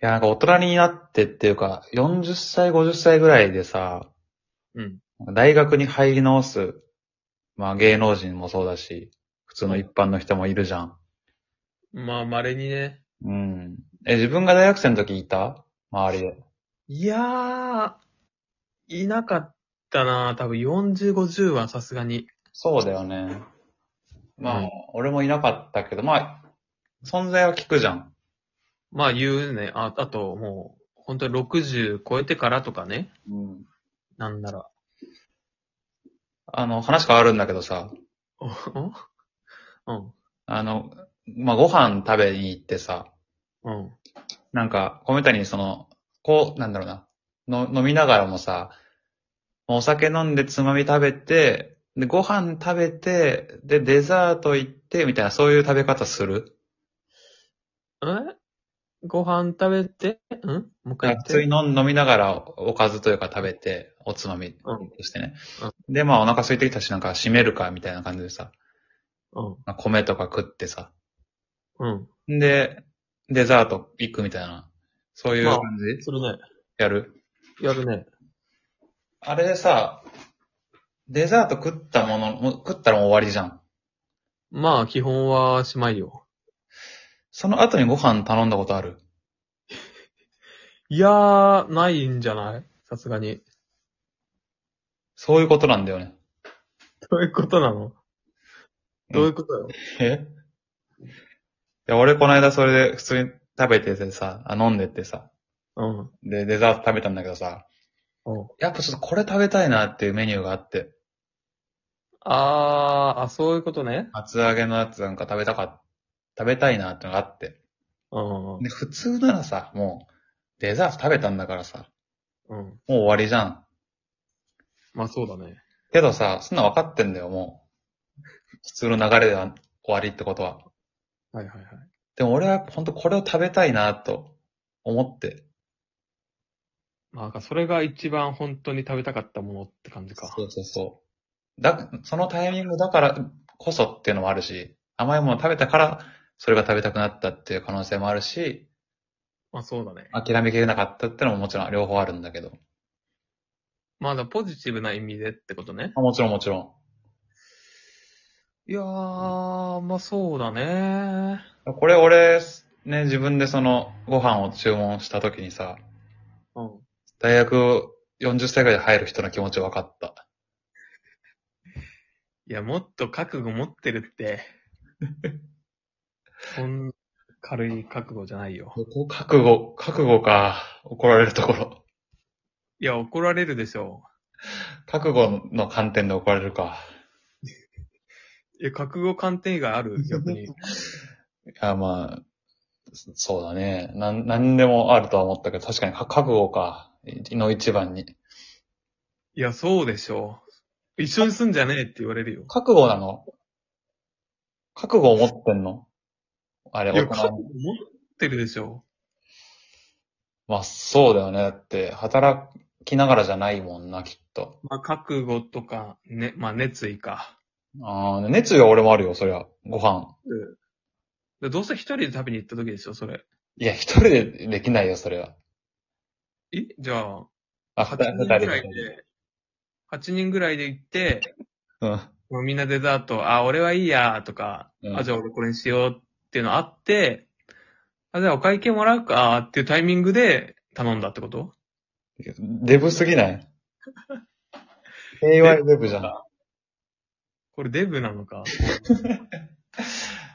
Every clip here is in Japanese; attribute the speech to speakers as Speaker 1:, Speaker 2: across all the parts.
Speaker 1: や、なんか大人になってっていうか、40歳、50歳ぐらいでさ、
Speaker 2: うん。
Speaker 1: 大学に入り直す、まあ芸能人もそうだし、普通の一般の人もいるじゃん。
Speaker 2: まあ、稀にね。
Speaker 1: うん。え、自分が大学生の時いた周りで。
Speaker 2: いやー、いなかったな多分40、50はさすがに。
Speaker 1: そうだよね。まあ、
Speaker 2: うん
Speaker 1: 俺もいなかったけど、まあ、存在は聞くじゃん。
Speaker 2: まあ言うね。あ、あともう、本当に60超えてからとかね。
Speaker 1: うん。
Speaker 2: なんなら。
Speaker 1: あの、話変わるんだけどさ、
Speaker 2: おおうん。
Speaker 1: あの、まあご飯食べに行ってさ、
Speaker 2: うん。
Speaker 1: なんか、米谷にその、こう、なんだろうな。の、飲みながらもさ、お酒飲んでつまみ食べて、で、ご飯食べて、で、デザート行って、みたいな、そういう食べ方する
Speaker 2: えご飯食べてんもう一回言
Speaker 1: 普
Speaker 2: っ
Speaker 1: 通
Speaker 2: て。
Speaker 1: に飲飲みながらおかずというか食べて、おつまみ
Speaker 2: うん。
Speaker 1: としてね。で、まあお腹空いてきたし、なんか締めるか、みたいな感じでさ、
Speaker 2: うん。
Speaker 1: まあ米とか食ってさ。
Speaker 2: うん。
Speaker 1: で、デザート行くみたいな。そういう感じ
Speaker 2: するね。
Speaker 1: やる
Speaker 2: やるね。
Speaker 1: あれでさ、デザート食ったもの、もう食ったらもう終わりじゃん。
Speaker 2: まあ、基本はしまいよ。
Speaker 1: その後にご飯頼んだことある
Speaker 2: いやー、ないんじゃないさすがに。
Speaker 1: そういうことなんだよね。
Speaker 2: どういうことなのどういうことよ。
Speaker 1: えいや、俺この間それで普通に食べててさ、あ飲んでってさ、
Speaker 2: うん。
Speaker 1: で、デザート食べたんだけどさ、
Speaker 2: うん。
Speaker 1: やっぱちょっとこれ食べたいなっていうメニューがあって、
Speaker 2: あー、あ、そういうことね。
Speaker 1: 厚揚げのやつなんか食べたかっ食べたいなってのがあって。
Speaker 2: うん。
Speaker 1: で、普通ならさ、もう、デザート食べたんだからさ、
Speaker 2: うん。
Speaker 1: もう終わりじゃん。
Speaker 2: まあ、そうだね。
Speaker 1: けどさ、そんな分かってんだよ、もう。普通の流れでは終わりってことは。
Speaker 2: はいはいはい。
Speaker 1: でも俺は本当これを食べたいなと思って。
Speaker 2: まあ、なんかそれが一番本当に食べたかったものって感じか。
Speaker 1: そうそうそう。だ、そのタイミングだからこそっていうのもあるし、甘いもの食べたからそれが食べたくなったっていう可能性もあるし、
Speaker 2: まあ、そうだね。
Speaker 1: 諦めきれなかったってのももちろん両方あるんだけど。
Speaker 2: まあだポジティブな意味でってことね。
Speaker 1: あもちろんもちろ
Speaker 2: いやー、まあそうだね。
Speaker 1: ん。これ俺、ね、自分でそのご飯を注文した時にさ、
Speaker 2: うん。
Speaker 1: 大学40歳ぐらいで入る人の気持ち分かった。
Speaker 2: いや、もっと覚悟持ってる って。そんな軽い覚悟じゃないよ。
Speaker 1: ここ覚悟、覚悟か。怒られるところ。
Speaker 2: いや、怒られるでしょ
Speaker 1: 覚悟の観点で怒られるか。
Speaker 2: う。いや、覚悟鑑定があ る、逆に。
Speaker 1: いや、まあ、そそうだね。なん、なんでもあるとは思ったけど、確かにか覚悟か。いの一番に。
Speaker 2: いや、そうでしょう。一緒に住んじゃねえって言われるよ。
Speaker 1: 覚悟なの覚悟を持ってんのあれ、
Speaker 2: いや、
Speaker 1: 大
Speaker 2: 覚悟
Speaker 1: 人
Speaker 2: 持
Speaker 1: に。
Speaker 2: ってるでしょ
Speaker 1: まあ、そうだよね。だって、働きながらじゃないもんな、きっと。
Speaker 2: う。まあ、覚悟とか、ね、まあ、熱意か。
Speaker 1: ああ、熱意は俺もあるよ、そりゃ。ご飯。
Speaker 2: でどうせ一人で食べに行った時でしょ、それ。
Speaker 1: いや、一人でできないよ、それは。
Speaker 2: えじゃあ、
Speaker 1: あ、
Speaker 2: 8
Speaker 1: 二人
Speaker 2: 人ぐ
Speaker 1: 二人
Speaker 2: らいで、8人ぐらいで行って、
Speaker 1: うん。
Speaker 2: もうみんなデザート、あ、俺はいいや、とか、
Speaker 1: うん
Speaker 2: あ、じゃあ俺これにしようっていうのあって、あ、じゃあお会計もらうか、っていうタイミングで頼んだってこと
Speaker 1: デブすぎない ?AY デブじゃん。
Speaker 2: これデブなの か。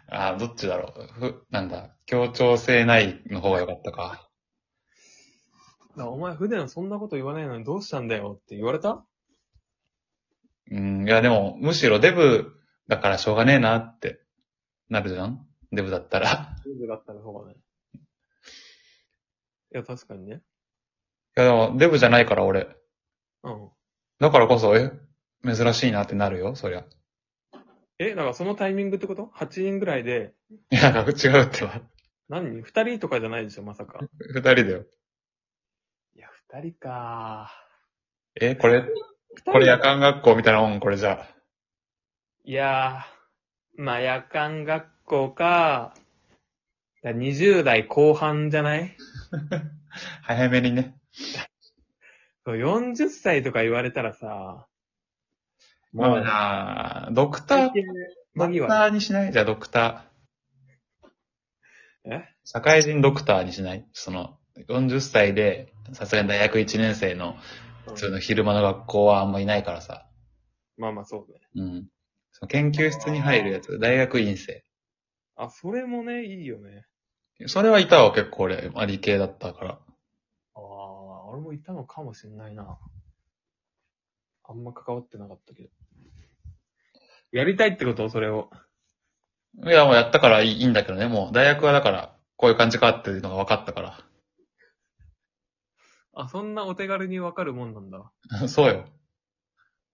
Speaker 1: あー、どっちだろう。ふ、なんだ。協調性ないの方が良かったか。
Speaker 2: だお前普段そんなこと言わないのにどうしたんだよって言われた
Speaker 1: うん、いやでも、むしろデブだからしょうがねえなってなるじゃんデブだったら。
Speaker 2: デブだったの方がね。いや、確かにね。
Speaker 1: いやでも、デブじゃないから俺。
Speaker 2: うん。
Speaker 1: だからこそ、え珍しいなってなるよ、そりゃ。
Speaker 2: え、だからそのタイミングってこと ?8 人ぐらいで、
Speaker 1: いや、なんか違うってば。
Speaker 2: 何人 ?2 人とかじゃないでしょ、まさか。
Speaker 1: 二人だよ。
Speaker 2: いや、2人か
Speaker 1: え、これ、
Speaker 2: ー。
Speaker 1: これ夜間学校みたいなもん、これじゃあ。
Speaker 2: いやー、まあ、夜間学校か、だ20代後半じゃない
Speaker 1: 早めにね。
Speaker 2: そう40歳とか言われたらさ、
Speaker 1: まあなあ、ドクター
Speaker 2: 体、型間
Speaker 1: ドクタ
Speaker 2: 際
Speaker 1: ーにしないじゃあドクター。
Speaker 2: え
Speaker 1: 社会人ドクターにしないその、40歳で、さすがに大学1年生の、普通の昼間の学校はあんまいないからさ。
Speaker 2: まあまあそうね。
Speaker 1: うん。その研究室に入るやつ、大学院生。
Speaker 2: あ、それもね、いいよね。
Speaker 1: それはいたわ、結構俺、まあ理系だったから。
Speaker 2: ああ、俺もいたのかもしんないな。あんま関わってなかったけど。やりたいってことそれを。
Speaker 1: いや、もうやったからいいいいんだけどね、もう。大学はだから、こういう感じかっていうのが分かったか
Speaker 2: あ、そんなお手軽にわかるもんなんだ。
Speaker 1: ら。 そうよ。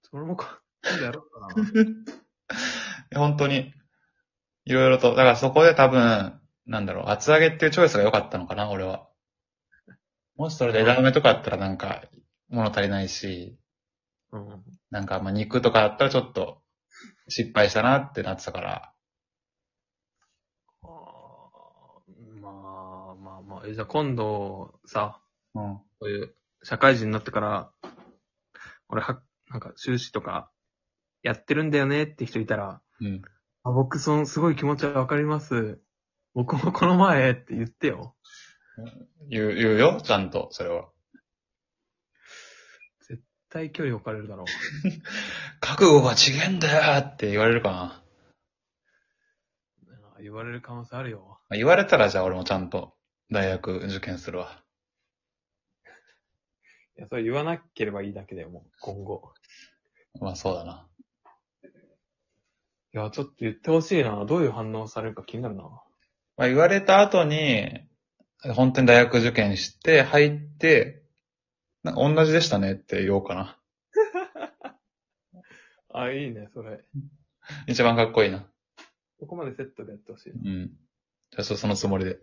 Speaker 2: それもか、今度やろうかな。
Speaker 1: いや本当に、いろいろと、だからそこで多分、なんだろう、厚揚げっていうチョイスが良かったのかな、俺は。もしそれで枝豆とかだったらなんか、物足りないし、
Speaker 2: うん。
Speaker 1: なんかまあ肉とかだったらちょっと、失敗したなってなってたから。
Speaker 2: あーまあ、まあまあ、え、じゃあ今度、さ、
Speaker 1: うん。
Speaker 2: こういう、社会人になってから、俺は、なんか、修士とか、やってるんだよねって人いたら、
Speaker 1: うん。
Speaker 2: あ僕、その、すごい気持ちはわかります。僕もこの前って言ってよ。
Speaker 1: 言う、言うよ、ちゃんと、それは。
Speaker 2: 絶対距離置かれるだろう。
Speaker 1: 覚悟が違えんだよって言われるかな。
Speaker 2: あー言われる可能性あるよ。
Speaker 1: まあ言われたらじゃあ俺もちゃんと、大学受験するわ。
Speaker 2: いや、それ言わなければいいだけだよ、もう、今後。
Speaker 1: まあそうだな。
Speaker 2: いや、ちょっと言ってほしいな。どういう反応されるか気になるな。
Speaker 1: まあ、言われた後に、本当に大学受験して、入って、なんか同じでしたねって言おうかな。
Speaker 2: あ、いいね、それ。
Speaker 1: 一番かっこいいな。
Speaker 2: ここまでセットでやってほしい。
Speaker 1: うん。じゃあ、そそのつもりで。